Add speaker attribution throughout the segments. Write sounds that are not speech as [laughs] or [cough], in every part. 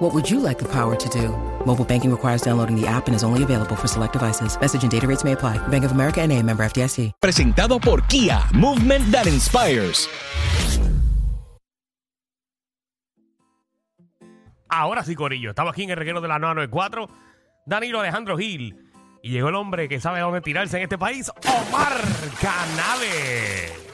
Speaker 1: What would you like the power to do? Mobile banking requires downloading the app and is only available for select devices. Message and data rates may apply. Bank of America and a member FDIC.
Speaker 2: Presentado por Kia, Movement That Inspires.
Speaker 3: Ahora sí, Corillo. Estamos aquí en el reguero de la 994. Danilo Alejandro Gil. Y llegó el hombre que sabe dónde tirarse en este país, Omar Canales.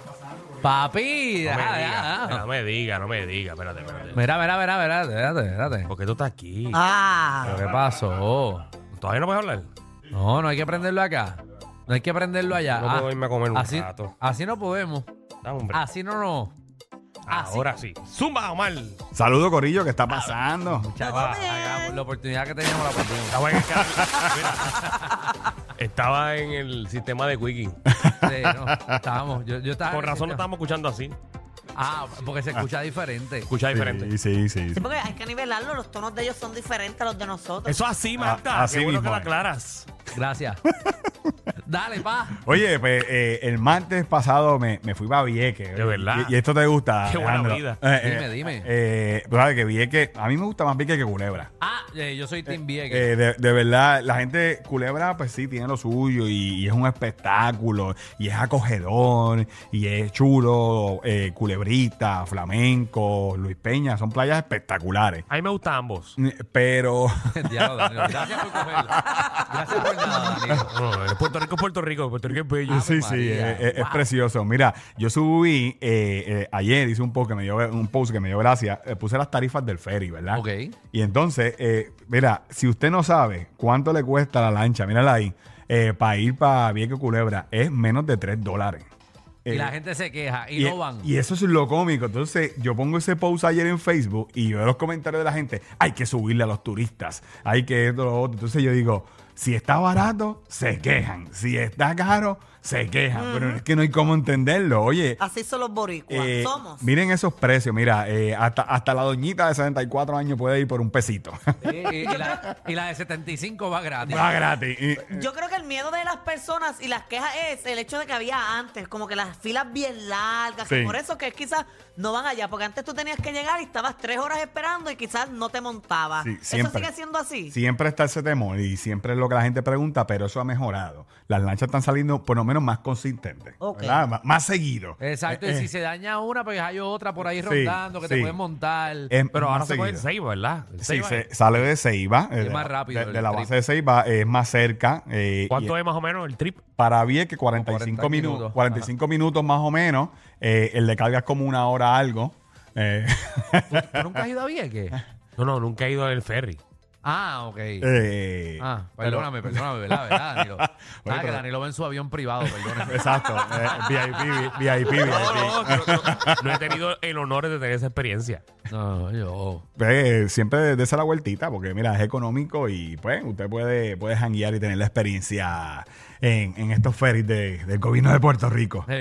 Speaker 4: Papi,
Speaker 3: No me
Speaker 4: ah,
Speaker 3: diga,
Speaker 4: ah, ah.
Speaker 3: no me diga, no me diga. Espérate, espérate.
Speaker 4: mira, mira, mira, mira, espérate, espérate.
Speaker 3: ¿Por qué tú estás aquí?
Speaker 4: Ah. ¿Pero ¿Qué pasó?
Speaker 3: ¿Todavía no puedes hablar?
Speaker 4: No, no hay que prenderlo acá. No hay que prenderlo allá.
Speaker 3: No puedo irme a comer un
Speaker 4: así,
Speaker 3: rato.
Speaker 4: Así no podemos.
Speaker 3: Ah, hombre.
Speaker 4: Así no no. así.
Speaker 3: Ahora sí. Zumba, Omar.
Speaker 5: Saludo Corillo,
Speaker 3: Ah,
Speaker 5: ¿qué está pasando?
Speaker 4: Chacho, acá, la oportunidad que teníamos la perdimos.
Speaker 3: Estaba en el canal. Mira, Estaba en el sistema de Wiki.
Speaker 4: Sí, no, estábamos. Yo, yo estaba
Speaker 3: Por razón no
Speaker 4: estamos.
Speaker 3: estábamos escuchando así.
Speaker 4: Ah, porque se escucha diferente.
Speaker 3: Escucha diferente.
Speaker 5: Sí, sí, sí.
Speaker 6: Sí, porque hay que nivelarlo, los tonos de ellos son diferentes a los de nosotros.
Speaker 3: Eso así, Marta.
Speaker 5: Ah, así
Speaker 3: Qué bueno que
Speaker 5: mismo
Speaker 3: lo
Speaker 5: es.
Speaker 3: aclaras.
Speaker 4: Gracias. Dale, pa.
Speaker 5: Oye, pues eh, el martes pasado me, me fui para Vieques.
Speaker 3: De verdad.
Speaker 5: Y, y esto te gusta.
Speaker 3: Qué buena
Speaker 5: Alejandro.
Speaker 3: vida.
Speaker 5: Eh,
Speaker 4: Dime,
Speaker 5: eh,
Speaker 4: dime.
Speaker 5: eh, tú sabes que Vieques, a mí me gusta más Vieques que Culebra.
Speaker 4: Ah, eh, yo soy Tim Vieques.
Speaker 5: Eh, de, de verdad, la gente, Culebra, pues sí, tiene lo suyo y, y es un espectáculo y es acogedor y es chulo. eh, culebrita, Flamenco, Luis Peña, son playas espectaculares.
Speaker 3: A mí me gustan ambos.
Speaker 5: Pero. [laughs]
Speaker 4: Diablo, Danilo, Gracias por cogerlo. Gracias por nada,
Speaker 3: [laughs]
Speaker 4: Danilo.
Speaker 3: No, Puerto Rico es Puerto Rico. Puerto Rico es bello.
Speaker 4: Ah,
Speaker 5: Sí,
Speaker 4: Ave
Speaker 5: sí,
Speaker 4: María.
Speaker 5: es, es- es
Speaker 4: Wow.
Speaker 5: precioso. Mira, yo subí eh, eh, ayer, hice un post que me dio un post que me dio gracia. eh, puse las tarifas del ferry, ¿verdad?
Speaker 4: Ok.
Speaker 5: Y entonces, eh, mira, si usted no sabe cuánto le cuesta la lancha, mírala ahí, para ir para Vieques Culebra, es menos de 3 dólares.
Speaker 4: Y
Speaker 5: Eh,
Speaker 4: la gente se queja y, no van.
Speaker 5: y eso es lo cómico. Entonces, yo pongo ese post ayer en Facebook y veo los comentarios de la gente. Hay que subirle a los turistas. Hay que esto, lo otro. Entonces, yo digo, si está barato, se quejan. Si está caro, se quejan. Pero es que no hay cómo entenderlo. Oye,
Speaker 4: Ah,
Speaker 6: Así son los boricuas.
Speaker 5: eh,
Speaker 6: Somos.
Speaker 5: miren esos precios. Mira, eh, hasta, hasta la doñita de 74 años puede ir por un pesito. [laughs]
Speaker 4: Y, y- y la, y la de 75 va gratis.
Speaker 5: Va gratis. Y-
Speaker 6: Yo creo que el miedo de las personas y las quejas es el hecho de que había antes, como que las filas bien largas, que
Speaker 5: Sí.
Speaker 6: por eso que quizás no van allá, porque antes tú tenías que llegar y estabas tres horas esperando y quizás no te montabas.
Speaker 5: Sí,
Speaker 6: eso
Speaker 5: siempre.
Speaker 6: sigue siendo así.
Speaker 5: Siempre está ese temor y siempre es lo que la gente pregunta, pero eso ha mejorado. Las lanchas están saliendo por lo menos más consistentes,
Speaker 6: Ok.
Speaker 5: ¿verdad? M- más seguido. Eh,
Speaker 4: Exacto, y si se daña una, pues hay otra por ahí
Speaker 5: Sí,
Speaker 4: rondando que
Speaker 5: sí. Em,
Speaker 4: te pueden montar.
Speaker 5: Es
Speaker 3: Pero ahora
Speaker 5: más
Speaker 3: se puede en
Speaker 5: seguido.
Speaker 3: Seiba, ¿verdad? En
Speaker 5: Sí,
Speaker 3: Ceiba,
Speaker 5: se- sale de Ceiba. eh,
Speaker 4: Es
Speaker 5: de-
Speaker 4: más rápido
Speaker 5: De,
Speaker 4: el
Speaker 5: de la
Speaker 4: trip.
Speaker 5: base de Ceiba eh, es más cerca. eh,
Speaker 3: ¿Cuánto
Speaker 5: y-
Speaker 3: es más o menos el trip?
Speaker 5: Para Vieques, 45
Speaker 4: 40
Speaker 5: minutos.
Speaker 4: minutos.
Speaker 5: 45 minutos más o menos. eh, el de carga es como una hora algo. eh, [laughs]
Speaker 4: ¿Tú nunca has ido a Vieques?
Speaker 3: No, no, nunca he ido al ferry.
Speaker 4: Ah, ok.
Speaker 5: eh,
Speaker 4: ah, perdóname, perdóname, ¿verdad? ¿Verdad,
Speaker 5: [laughs]
Speaker 4: Danilo? ah, que
Speaker 5: pero-
Speaker 4: Danilo va en su avión privado, perdóname.
Speaker 5: Exacto. eh, VIP, VIP, VIP.
Speaker 3: No, no, no, no, no he tenido el honor de tener esa experiencia.
Speaker 5: Eh,
Speaker 4: No, yo.
Speaker 5: Pues, siempre dése la vueltita, porque mira, es económico y pues usted puede, puede janguear y tener la experiencia en, en estos ferries de- del gobierno de Puerto Rico.
Speaker 4: Sí.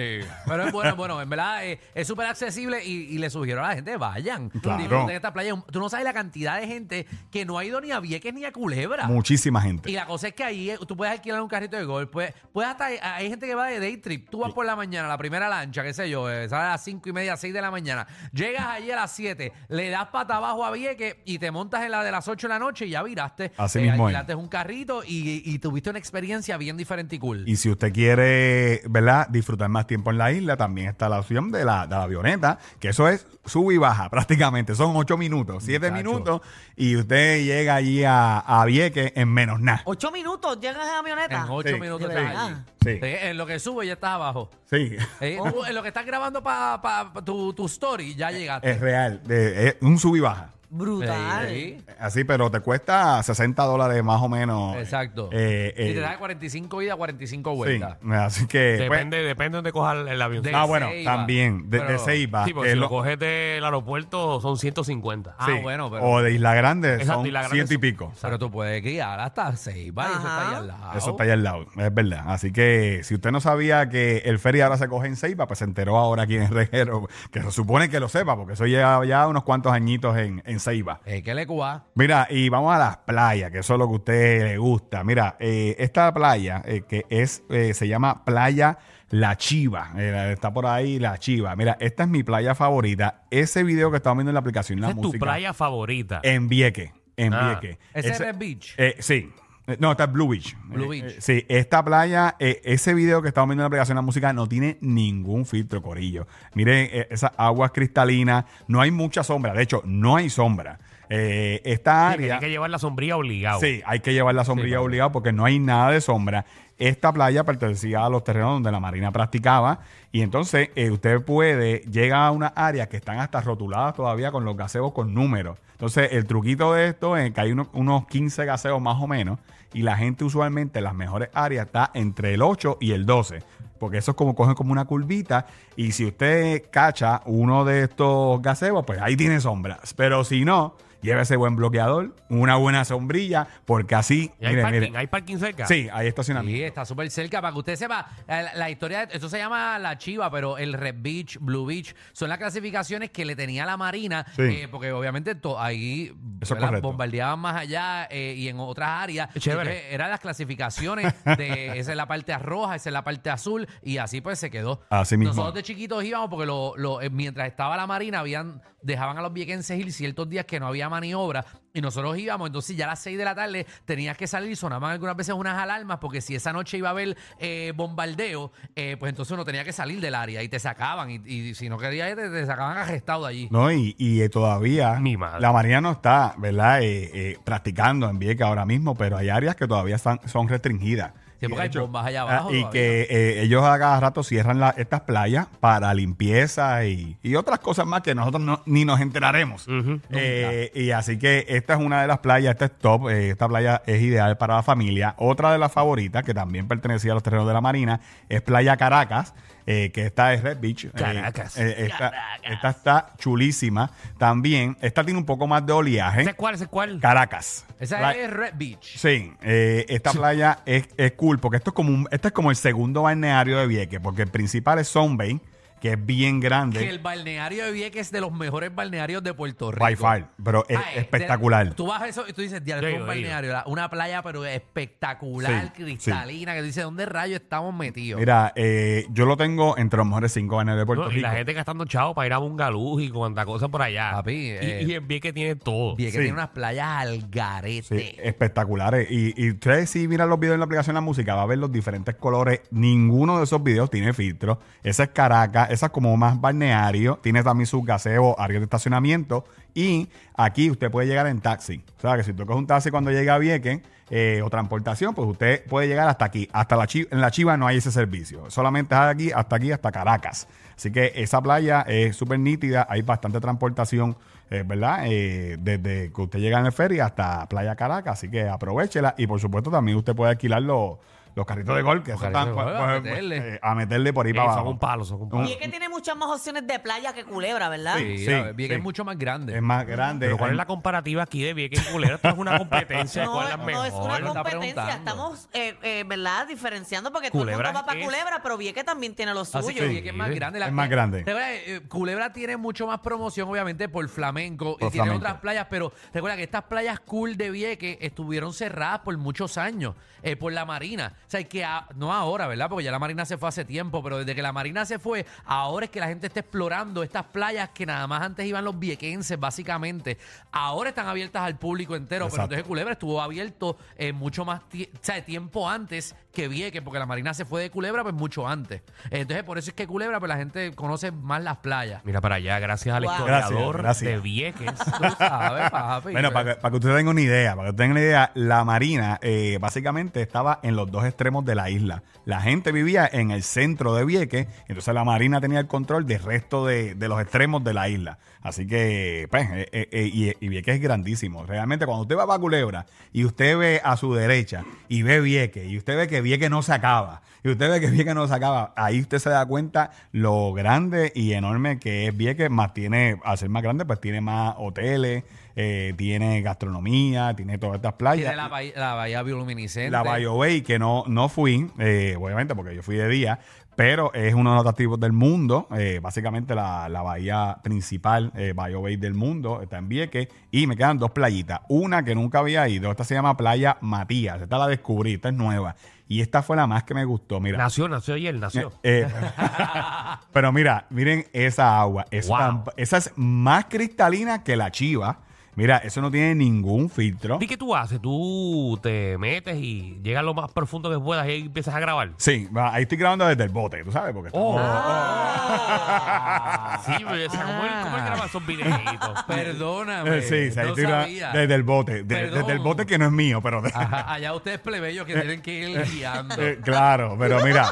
Speaker 4: Pero es bueno, es bueno, en verdad eh, es súper accesible y, y le sugiero a la gente, vayan.
Speaker 5: Claro.
Speaker 4: Disfruten esta playa. Tú no sabes la cantidad de gente que no ha ido ni a Vieques ni a Culebra.
Speaker 5: Muchísima gente.
Speaker 4: Y la cosa es que ahí eh, tú puedes alquilar un carrito de golf. Puedes, puedes hasta, hay gente que va de day trip. Tú vas por la mañana, la primera lancha, qué sé yo, eh, sale a las 5 y media, 6 de la mañana. Llegas allí a las 7, le das pata abajo a Vieques y te montas en la de las 8 de la noche y ya viraste. Eh,
Speaker 5: Así mismo es.
Speaker 4: Alquilaste un carrito y, y tuviste una experiencia bien diferente y cool.
Speaker 5: Y si usted quiere, ¿verdad?, disfrutar más tiempo en la isla, también está la opción de la, de la avioneta, que eso es sub y baja prácticamente. Son ocho minutos, siete
Speaker 4: Muchacho.
Speaker 5: minutos, y usted llega allí a, a Vieques en menos nada.
Speaker 6: Ocho minutos, llegas a la
Speaker 4: en
Speaker 6: camioneta.
Speaker 4: 8
Speaker 5: Sí,
Speaker 4: minutos
Speaker 6: de
Speaker 4: estás
Speaker 6: verdad.
Speaker 4: allí.
Speaker 5: Sí.
Speaker 4: Sí, Eh, En lo que sube ya estás abajo.
Speaker 5: Sí, [laughs]
Speaker 4: Eh,
Speaker 5: Oh.
Speaker 4: tú, en lo que estás grabando para tu, tu story ya llegaste.
Speaker 5: es real. eh, es un sub y baja.
Speaker 6: Brutal.
Speaker 4: Sí, sí.
Speaker 5: Así, Eh, pero te cuesta 60 dólares más o menos.
Speaker 4: Exacto.
Speaker 5: Eh, eh,
Speaker 4: y te da 45 idas, 45
Speaker 5: sí,
Speaker 4: vueltas.
Speaker 5: así que. pues,
Speaker 3: Depende, depende de dónde cojas el avión.
Speaker 4: De-
Speaker 5: ah, bueno,
Speaker 4: Ceiba.
Speaker 5: también. De, de
Speaker 4: Pero-
Speaker 5: Ceiba.
Speaker 3: sí, porque
Speaker 5: que
Speaker 3: si lo,
Speaker 5: Ah, eh, lo-
Speaker 3: coges del aeropuerto son 150.
Speaker 4: Ah,
Speaker 5: sí,
Speaker 4: bueno, pero,
Speaker 5: O de Isla Grande
Speaker 3: Exacto,
Speaker 5: son
Speaker 3: Isla Grande
Speaker 5: ciento y
Speaker 3: son-
Speaker 5: pico.
Speaker 4: pero tú puedes guiar hasta 6, ¿vale? Eso está ahí
Speaker 6: Ajá.
Speaker 4: al lado.
Speaker 5: Eso está allá al lado, es verdad. Así que si usted no sabía que el ferry ahora se coge en Ceiba, pues se enteró ahora aquí en el reguero, que se supone que lo sepa, porque eso lleva ya unos cuantos añitos en, en Ceiba.
Speaker 4: Eh, ¿Qué le cuá?
Speaker 5: Mira, y vamos a las playas, que eso es lo que a usted le gusta. Mira, eh, esta playa eh, que es eh, se llama Playa La Chiva. Eh, está por ahí La Chiva. Mira, esta es mi playa favorita. Ese video que estamos viendo en la aplicación, la
Speaker 3: Esa es tu
Speaker 5: música.
Speaker 3: playa favorita.
Speaker 5: En Vieque. En
Speaker 3: Ah.
Speaker 5: Vieque.
Speaker 4: ¿Ese es
Speaker 5: Ese-
Speaker 4: Red Beach?
Speaker 5: eh, sí. Eh, No, está en Blue Beach.
Speaker 4: Blue
Speaker 5: Eh,
Speaker 4: Beach.
Speaker 5: eh, sí, esta playa, eh, ese video que estamos viendo en la aplicación de la música no tiene ningún filtro, corillo. Miren eh, esas aguas cristalinas, no hay mucha sombra, de hecho, no hay sombra. Eh, esta
Speaker 3: Sí, que
Speaker 5: área...
Speaker 3: Tienes que llevar la sombría obligado.
Speaker 5: Sí, hay que llevar la sombrilla obligado porque no hay nada de sombra. Esta playa pertenecía a los terrenos donde la marina practicaba y entonces eh, usted puede, llega a unas áreas que están hasta rotuladas todavía con los gaseos con números. Entonces el truquito de esto es que hay uno- unos 15 gaseos más o menos y la gente usualmente en las mejores áreas está entre el 8 y el 12. Porque eso es como cogen como una curvita y si usted cacha uno de estos gaseos, pues ahí tiene sombras. Pero si no, llévese buen bloqueador, una buena sombrilla, porque así,
Speaker 3: Y hay
Speaker 5: mire,
Speaker 3: parking,
Speaker 5: mire.
Speaker 3: hay parking cerca.
Speaker 5: Sí, hay estacionamiento.
Speaker 4: Sí, está súper cerca. Para que usted sepa, eh, la, la historia, de- esto se llama La Chiva, pero el Red Beach, Blue Beach, son las clasificaciones que le tenía la Marina,
Speaker 5: Sí.
Speaker 4: eh, porque obviamente to- ahí
Speaker 5: Eso es
Speaker 4: ¿verdad?
Speaker 5: correcto.
Speaker 4: bombardeaban más allá eh, y en otras áreas.
Speaker 3: Chévere.
Speaker 4: Entonces, Eran las clasificaciones de esa es la parte roja, esa es la parte azul, y así pues se quedó.
Speaker 5: Así mismo.
Speaker 4: Nosotros de chiquitos íbamos porque lo, lo- eh, mientras estaba la Marina, habían dejaban a los viequenses ir ciertos días que no había maniobra, y nosotros íbamos, entonces ya a las 6 de la tarde tenías que salir y sonaban algunas veces unas alarmas porque si esa noche iba a haber eh, bombardeo, eh, pues entonces uno tenía que salir del área y te sacaban y, y si no querías ir, te, te sacaban arrestado de allí.
Speaker 5: No, y, y, eh, todavía
Speaker 3: Mi madre.
Speaker 5: la Marina no está, ¿verdad? Eh, eh, practicando en Vieques ahora mismo, pero hay áreas que todavía están, son restringidas.
Speaker 4: Sí,
Speaker 5: Y
Speaker 4: porque
Speaker 5: de
Speaker 4: hay bombas allá abajo
Speaker 5: ah, Y
Speaker 4: todavía.
Speaker 5: que eh, ellos a cada rato cierran la- estas playas para limpieza y, y otras cosas más que nosotros no- ni nos enteraremos. Eh, y así que esta es una de las playas, esta es top, eh, esta playa es ideal para la familia. Otra de las favoritas, que también pertenecía a los terrenos de la Marina, es Playa Caracas, eh, que esta es Red Beach. Eh,
Speaker 3: Caracas.
Speaker 5: eh, esta, esta está chulísima también. Esta tiene un poco más
Speaker 3: ¿Ese
Speaker 5: de
Speaker 3: es
Speaker 5: oleaje.
Speaker 3: cuál? ¿Ese es cuál?
Speaker 5: Caracas.
Speaker 4: Esa
Speaker 5: La-
Speaker 4: es Red Beach.
Speaker 5: Sí, eh, esta playa es, es cool porque esto es como un- este es como el segundo balneario de Vieques, porque el principal es Sunbay, que es bien
Speaker 4: Que
Speaker 5: grande.
Speaker 4: el balneario de Vieques es de los mejores balnearios de Puerto Rico.
Speaker 5: By far, pero es
Speaker 4: Ah, eh,
Speaker 5: espectacular.
Speaker 4: de- tú vas a eso y tú dices, diablo,
Speaker 3: Yo
Speaker 4: esto es
Speaker 3: he ido,
Speaker 4: un
Speaker 3: he ido.
Speaker 4: balneario, la- una playa pero espectacular,
Speaker 5: Sí,
Speaker 4: cristalina, que tú dices, ¿dónde rayos estamos metidos?
Speaker 5: Mira, eh, yo lo tengo entre los mejores cinco balnearios de Puerto
Speaker 3: No, y
Speaker 5: Rico.
Speaker 3: la gente gastando chavo para ir a Bungalú y cuanta cosa por allá.
Speaker 4: Papi,
Speaker 3: y,
Speaker 4: eh,
Speaker 3: y en Vieques tiene todo.
Speaker 4: Vieques
Speaker 5: sí.
Speaker 4: tiene unas playas al garete.
Speaker 5: Sí, espectaculares. Y, y ustedes si miran los videos en la aplicación de la música, va a ver los diferentes colores. Ninguno de esos videos tiene filtro. Esa es Caracas, esa es como más balneario. Tiene también sus gaseos, áreas de estacionamiento. Y aquí usted puede llegar en taxi. O sea, que si tú coges un taxi cuando llega a Vieques eh, o transportación, pues usted puede llegar hasta aquí. Hasta la Chiva, en la Chiva no hay ese servicio. Solamente es aquí, hasta aquí, hasta Caracas. Así que esa playa es súper nítida. Hay bastante transportación eh, ¿verdad? Eh, desde que usted llega en el ferry hasta Playa Caracas, así que aprovechela. Y por supuesto, también usted puede alquilar los, los carritos de gol que eso
Speaker 4: carritos
Speaker 5: están,
Speaker 4: de golf,
Speaker 5: pues,
Speaker 4: a
Speaker 5: eh,
Speaker 4: meterle.
Speaker 5: eh, a meterle por ahí
Speaker 3: Eh,
Speaker 5: para
Speaker 3: son
Speaker 5: abajo.
Speaker 3: un palo, son un palo.
Speaker 6: Y es que tiene muchas más opciones de playa que culebra, ¿verdad?
Speaker 5: Sí.
Speaker 4: Sí, la- Vieques
Speaker 5: sí.
Speaker 4: es mucho más grande.
Speaker 5: Es más grande.
Speaker 3: Pero ¿cuál es
Speaker 5: Hay-
Speaker 3: la comparativa aquí de Vieques y Culebra? Esto es una competencia.
Speaker 6: [laughs] No,
Speaker 3: ¿Cuál es la
Speaker 6: no
Speaker 3: mejor?
Speaker 6: es una
Speaker 4: Lo está
Speaker 6: competencia,
Speaker 4: preguntando.
Speaker 6: estamos, eh, eh, ¿verdad? Diferenciando porque
Speaker 3: Culebra
Speaker 6: todo el mundo va para
Speaker 3: es-
Speaker 6: culebra, pero Vieque también tiene lo
Speaker 4: Así
Speaker 6: suyo.
Speaker 4: que Vieques es más
Speaker 3: Sí,
Speaker 4: grande.
Speaker 5: Ah, es más grande.
Speaker 4: Recuerda, eh, Culebra tiene mucho más promoción, obviamente, por flamenco
Speaker 5: Por
Speaker 4: y tiene
Speaker 5: flamenco.
Speaker 4: otras playas, pero recuerda que estas playas cool de Vieques estuvieron cerradas por muchos años eh, por la Marina. O sea, que a- no ahora, ¿verdad? Porque ya la Marina se fue hace tiempo, pero desde que la Marina se fue, ahora es que la gente está explorando estas playas que nada más antes iban los viequenses, básicamente. Ahora están abiertas al público entero,
Speaker 5: Exacto.
Speaker 4: pero entonces Culebra estuvo abierto eh, mucho más tie- o sea, tiempo antes que Vieques, porque la Marina se fue de Culebra pues mucho antes. Entonces, por eso es que Culebra pues la gente conoce más las
Speaker 5: [laughs]
Speaker 4: playas.
Speaker 3: Mira para allá, gracias al
Speaker 6: Wow.
Speaker 3: historiador
Speaker 5: Gracias, gracias.
Speaker 3: de Vieques.
Speaker 4: Tú sabes, papi.
Speaker 5: Bueno, para que, para que ustedes tengan una idea, para que ustedes tengan una idea, la marina eh, básicamente estaba en los dos extremos de la isla. La gente vivía en el centro de Vieques, entonces la marina tenía el control del resto de, de los extremos de la isla. Así que, pues, eh, eh, eh, y, y Vieques es grandísimo. Realmente, cuando usted va para Culebra y usted ve a su derecha y ve Vieques, y usted ve que Vieques no se acaba, y usted ve que Vieques no se acaba, ahí usted se da cuenta lo grande y enorme que es Vieques, más tiene, al ser más grande, pues tiene más hoteles, eh, tiene gastronomía, tiene todas estas playas.
Speaker 4: Tiene la, bahía- la bahía bioluminiscente.
Speaker 5: La Bayo Bay, que no, no fui, eh, obviamente, porque yo fui de día, pero es uno de los atractivos del mundo. eh, básicamente, la, la bahía principal, eh, Bayo Bay del mundo, está en Vieques. Y me quedan dos playitas. Una que nunca había ido, esta se llama Playa Matías. Esta la descubrí, esta es nueva. Y esta fue la más que me gustó, mira.
Speaker 3: Nació, nació ayer, nació.
Speaker 5: Eh, [laughs] pero mira, miren esa agua. Es
Speaker 3: Wow.
Speaker 5: tan- esa es más cristalina que la chiva. Mira, eso no tiene ningún filtro.
Speaker 3: ¿Y qué tú haces? Tú te metes y llegas lo más profundo que puedas y ahí empiezas a grabar.
Speaker 5: Sí, va, ahí estoy grabando desde el bote, tú sabes, porque
Speaker 3: Oh.
Speaker 5: Ah.
Speaker 3: Sí, o sea, ¿cómo él, cómo él graba esos videitos?
Speaker 4: Perdóname.
Speaker 5: Eh, [laughs] sí, sí, ahí
Speaker 4: no
Speaker 5: estoy grabando
Speaker 4: sabía.
Speaker 5: desde el bote, de-
Speaker 4: Perdón.
Speaker 5: desde el bote que no es mío, pero de-
Speaker 4: Ajá, allá ustedes plebeyos que tienen que ir guiando.
Speaker 5: [laughs] eh, claro, pero mira,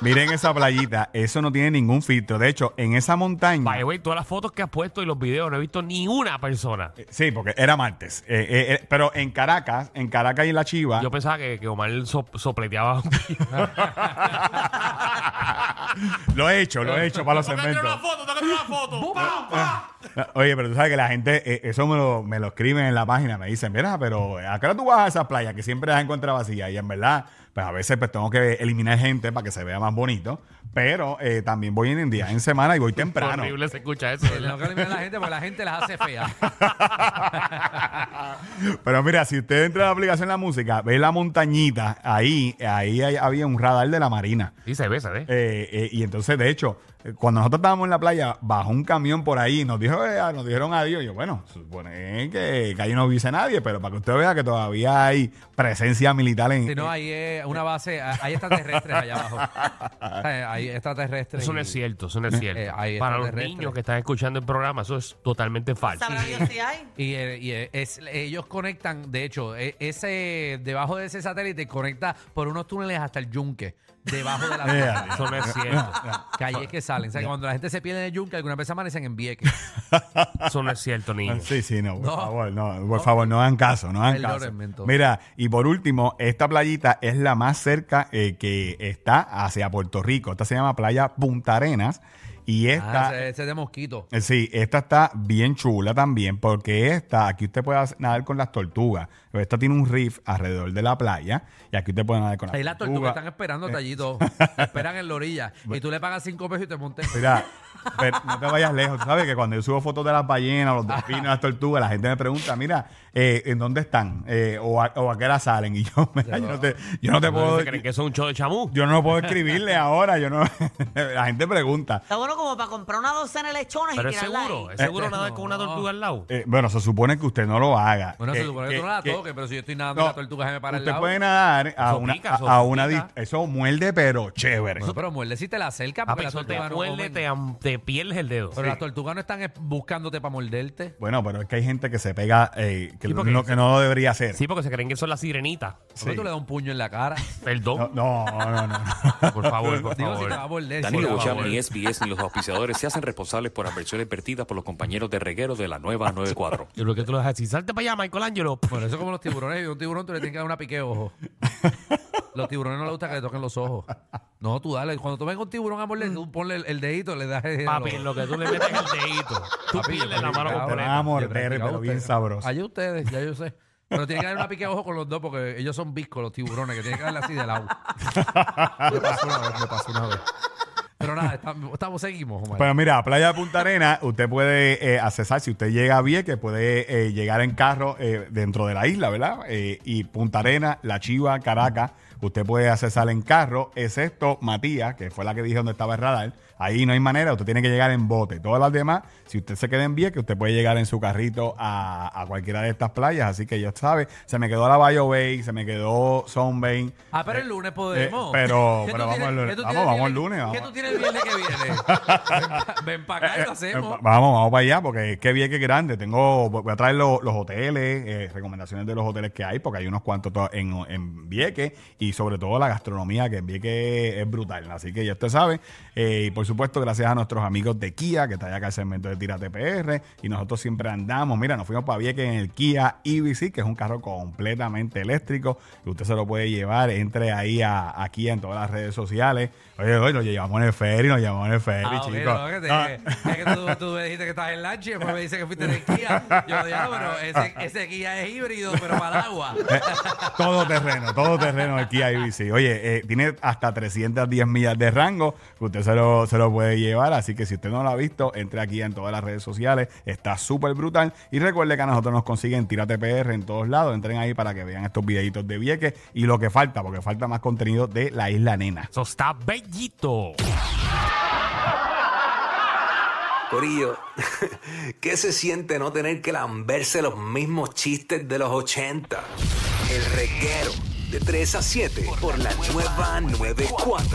Speaker 5: miren esa playita, eso no tiene ningún filtro. De hecho, en esa montaña,
Speaker 3: [laughs] By the way, todas las fotos que has puesto y los videos no he visto ni una persona.
Speaker 5: eh, sí, porque era martes, eh, eh, eh, pero en Caracas, en Caracas y en La Chiva,
Speaker 3: Yo pensaba que, que Omar sop- sopleteaba.
Speaker 5: [laughs] lo he hecho, lo he hecho para los segmentos.
Speaker 3: foto, [laughs] tócate una foto. [laughs]
Speaker 5: Oye, pero tú sabes que la gente, eh, eso me lo, me lo escriben en la página, me dicen, mira, pero ¿a qué hora tú vas a esas playas que siempre las encuentras vacías? Y en verdad, pues a veces pues tengo que eliminar gente para que se vea más bonito, pero eh, también voy en en día en semana y voy temprano.
Speaker 3: Horrible se escucha eso.
Speaker 4: No
Speaker 3: ¿verdad?
Speaker 4: quiero eliminar a la gente porque la gente las hace feas.
Speaker 5: [laughs] Pero mira, si usted entra a la aplicación de la música, ve la montañita, ahí, ahí hay- había un radar de la marina.
Speaker 3: Sí, se ve, se ve.
Speaker 5: Eh, eh, y entonces, de hecho, eh, cuando nosotros estábamos en la playa, bajó un camión por ahí y nos, dijo, eh, nos dijeron adiós. Y yo, bueno, supone que, que ahí no hubiese nadie, pero para que usted vea que todavía hay presencia militar en...
Speaker 4: Si no, ahí es una base, hay extraterrestres allá abajo.
Speaker 5: [laughs]
Speaker 4: Eh, Hay extraterrestres.
Speaker 3: Eso no es
Speaker 4: y-
Speaker 3: cierto, eso no es cierto.
Speaker 4: eh, ahí está
Speaker 3: Para los
Speaker 4: terrestre.
Speaker 3: niños que están escuchando el programa, eso es totalmente falso.
Speaker 6: Sabrá Dios si hay.
Speaker 4: Y, eh, y, eh, es, ellos conectan, de hecho, e- ese debajo de ese satélite conecta por unos túneles hasta el yunque, debajo
Speaker 5: [laughs]
Speaker 4: de la
Speaker 5: Yeah.
Speaker 3: Eso no es cierto.
Speaker 4: Calles que salen. O sea, que cuando la gente se pierde en el yunque, alguna vez amanecen en Vieques.
Speaker 3: Eso no es
Speaker 4: [laughs] Ah,
Speaker 3: cierto, niño.
Speaker 5: Sí, sí, no, por
Speaker 4: No.
Speaker 5: favor, no, por favor, no hagan caso, no hagan caso.
Speaker 4: Perdónenme, entonces.
Speaker 5: Mira, y por último, esta playita es la más cerca eh, que está hacia Puerto Rico. Esta se llama Playa Punta Arenas y esta...
Speaker 4: Ah, ese, ese de mosquito.
Speaker 5: Eh, Sí, esta está bien chula también, porque esta, aquí usted puede hacer- nadar con las tortugas. Esta tiene un reef alrededor de la playa y aquí usted puede nadar con las
Speaker 4: Ahí las
Speaker 5: tortugas.
Speaker 4: tortugas están esperando
Speaker 5: [laughs]
Speaker 4: tallito. esperan en la orilla. Y tú le pagas cinco pesos y te montes.
Speaker 5: Mira, pero no te vayas lejos. Tú sabes que cuando yo subo fotos de las ballenas, los delfines, las tortugas, la gente me pregunta, mira, eh, ¿en dónde están? Eh, o, a, o a qué hora salen? Y yo, mira, yo no te, yo no te puedo...
Speaker 3: ¿Se creen que eso es un show de chamú?
Speaker 5: Yo no puedo escribirle ahora, yo no... [laughs] la gente pregunta.
Speaker 6: Está bueno como para comprar una docena de lechones
Speaker 3: Pero
Speaker 6: y
Speaker 3: es
Speaker 6: tirarla
Speaker 3: seguro,
Speaker 6: ahí.
Speaker 3: es seguro nadar con una tortuga al lado.
Speaker 5: Eh, bueno, se supone que usted no lo haga. Eh,
Speaker 4: Bueno, se
Speaker 5: Que-
Speaker 4: supone que, tú no la toques, pero si yo estoy
Speaker 3: Ah,
Speaker 4: nadando en
Speaker 5: No,
Speaker 4: la tortuga, se me para el
Speaker 5: usted
Speaker 4: lado.
Speaker 5: puede nadar a
Speaker 3: Eso
Speaker 5: una,
Speaker 3: pica,
Speaker 5: a-
Speaker 3: eso
Speaker 5: a una
Speaker 3: pica.
Speaker 5: dis- eso muerde pero chévere.
Speaker 4: Bueno, pero muerde si te la acerca
Speaker 3: Ah, pero
Speaker 4: porque la
Speaker 3: eso te
Speaker 4: tortuga no
Speaker 3: muerde,
Speaker 4: comen.
Speaker 3: te, am- te pierdes el dedo.
Speaker 4: Pero las tortugas no están eh, buscándote para morderte.
Speaker 5: Bueno, pero es que hay gente que se pega eh, que
Speaker 3: Sí, porque-
Speaker 5: lo que no lo debería hacer.
Speaker 3: Sí, porque se creen que son las sirenitas.
Speaker 4: ¿Por qué tú le das un puño en la cara?
Speaker 5: [laughs] No,
Speaker 3: Perdón,
Speaker 5: no, no, no.
Speaker 3: por favor, por
Speaker 4: [laughs] Digo, si te va a
Speaker 3: favor.
Speaker 4: morder. sí,
Speaker 7: Danilo
Speaker 4: por favor.
Speaker 7: Bocham, ni SBS, ni los auspiciadores se hacen responsables por adversiones vertidas por los compañeros de reguero de la nueva 94.
Speaker 3: Yo creo que tú lo dejas así. Salte para allá, Michelangelo.
Speaker 4: Bueno, eso es como los tiburones. Y un tiburón tú le tienes que dar una pique
Speaker 3: [laughs]
Speaker 4: de ojo. Los tiburones no les gusta que le toquen los ojos. No, tú dale. Cuando tú venga un tiburón a morder, tú ponle el, el dedito, le das el
Speaker 3: Papi, en lo que tú le metes el dedito. Tú
Speaker 4: Papi,
Speaker 3: pierdes la mano
Speaker 4: yo practicaba-
Speaker 5: Te
Speaker 3: completa.
Speaker 5: van a Ah, morder,
Speaker 4: yo practicaba
Speaker 5: pero bien
Speaker 4: ustedes.
Speaker 5: sabroso.
Speaker 4: Allá ustedes, ya yo sé. Pero tiene que dar una pique de ojo con los dos porque ellos son
Speaker 5: [laughs]
Speaker 4: viscos, los tiburones, que tienen que darle así de lado. Me pasó una vez, me pasó una vez. Pero nada, estamos, estamos- seguimos, Omar.
Speaker 5: Pero mira, a Playa de Punta Arena, usted puede eh, accesar, si usted llega a Vieques, puede eh, llegar en carro eh, dentro de la isla, ¿verdad? Eh, y Punta Arena, La Chiva, Caracas, usted puede accesar en carro, excepto Matías, que fue la que dije donde estaba el radar. Ahí no hay manera, usted tiene que llegar en bote. Todas las demás, si usted se queda en Vieques, usted puede llegar en su carrito a, a cualquiera de estas playas. Así que ya sabe, se me quedó la Bayo Bay, se me quedó Sunbay.
Speaker 4: Ah, pero el lunes podemos.
Speaker 5: Eh, pero-
Speaker 4: ¿Qué tú
Speaker 5: pero vamos el lunes.
Speaker 4: qué tú
Speaker 5: Vamos,
Speaker 4: tienes
Speaker 5: vamos
Speaker 4: viernes-
Speaker 5: el lunes,
Speaker 4: ¿Qué
Speaker 5: vamos.
Speaker 4: tú tienes el viernes que
Speaker 5: [laughs]
Speaker 4: viene? Ven pa- Ven para acá y lo
Speaker 5: Eh,
Speaker 4: hacemos.
Speaker 5: va- vamos, vamos para allá, porque es que Vieques es grande. Tengo, voy a traer lo- los hoteles, eh, recomendaciones de los hoteles que hay, porque hay unos cuantos to- en, en Vieques y sobre todo la gastronomía que en Vieques es brutal. Así que ya usted sabe. Eh, y por supuesto, gracias a nuestros amigos de Kia, que está allá acá el segmento de Tira TPR. Y nosotros siempre andamos. Mira, nos fuimos para Vieques en el Kia EV6, que es un carro completamente eléctrico. Y usted se lo puede llevar. Entre ahí a, a Kia en todas las redes sociales. Oye, oye, nos llevamos en el ferry, nos llevamos en el ferry,
Speaker 4: Ah, ok,
Speaker 5: chicos.
Speaker 4: no, que te-
Speaker 5: Ah.
Speaker 4: es que tú, tú me dijiste que estás en lancha y después me dices que fuiste de Kia. Yo digo, ah, pero ese, ese Kia es híbrido, pero para el agua.
Speaker 5: [laughs] Eh, todo terreno, todo terreno aquí Kia IBC. Oye, eh, tiene hasta 310 millas de rango. que Usted se lo, se lo puede llevar. Así que si usted no lo ha visto, entre aquí en todas las redes sociales. Está súper brutal. Y recuerde que a nosotros nos consiguen Tírate PR en todos lados. Entren ahí para que vean estos videitos de Vieques y lo que falta, porque falta más contenido de la Isla Nena.
Speaker 3: Eso está bellito.
Speaker 8: Corillo, [laughs] ¿qué se siente no tener que lamberse los mismos chistes de los 80? El reguero de 3 a 7 por la nueva 94.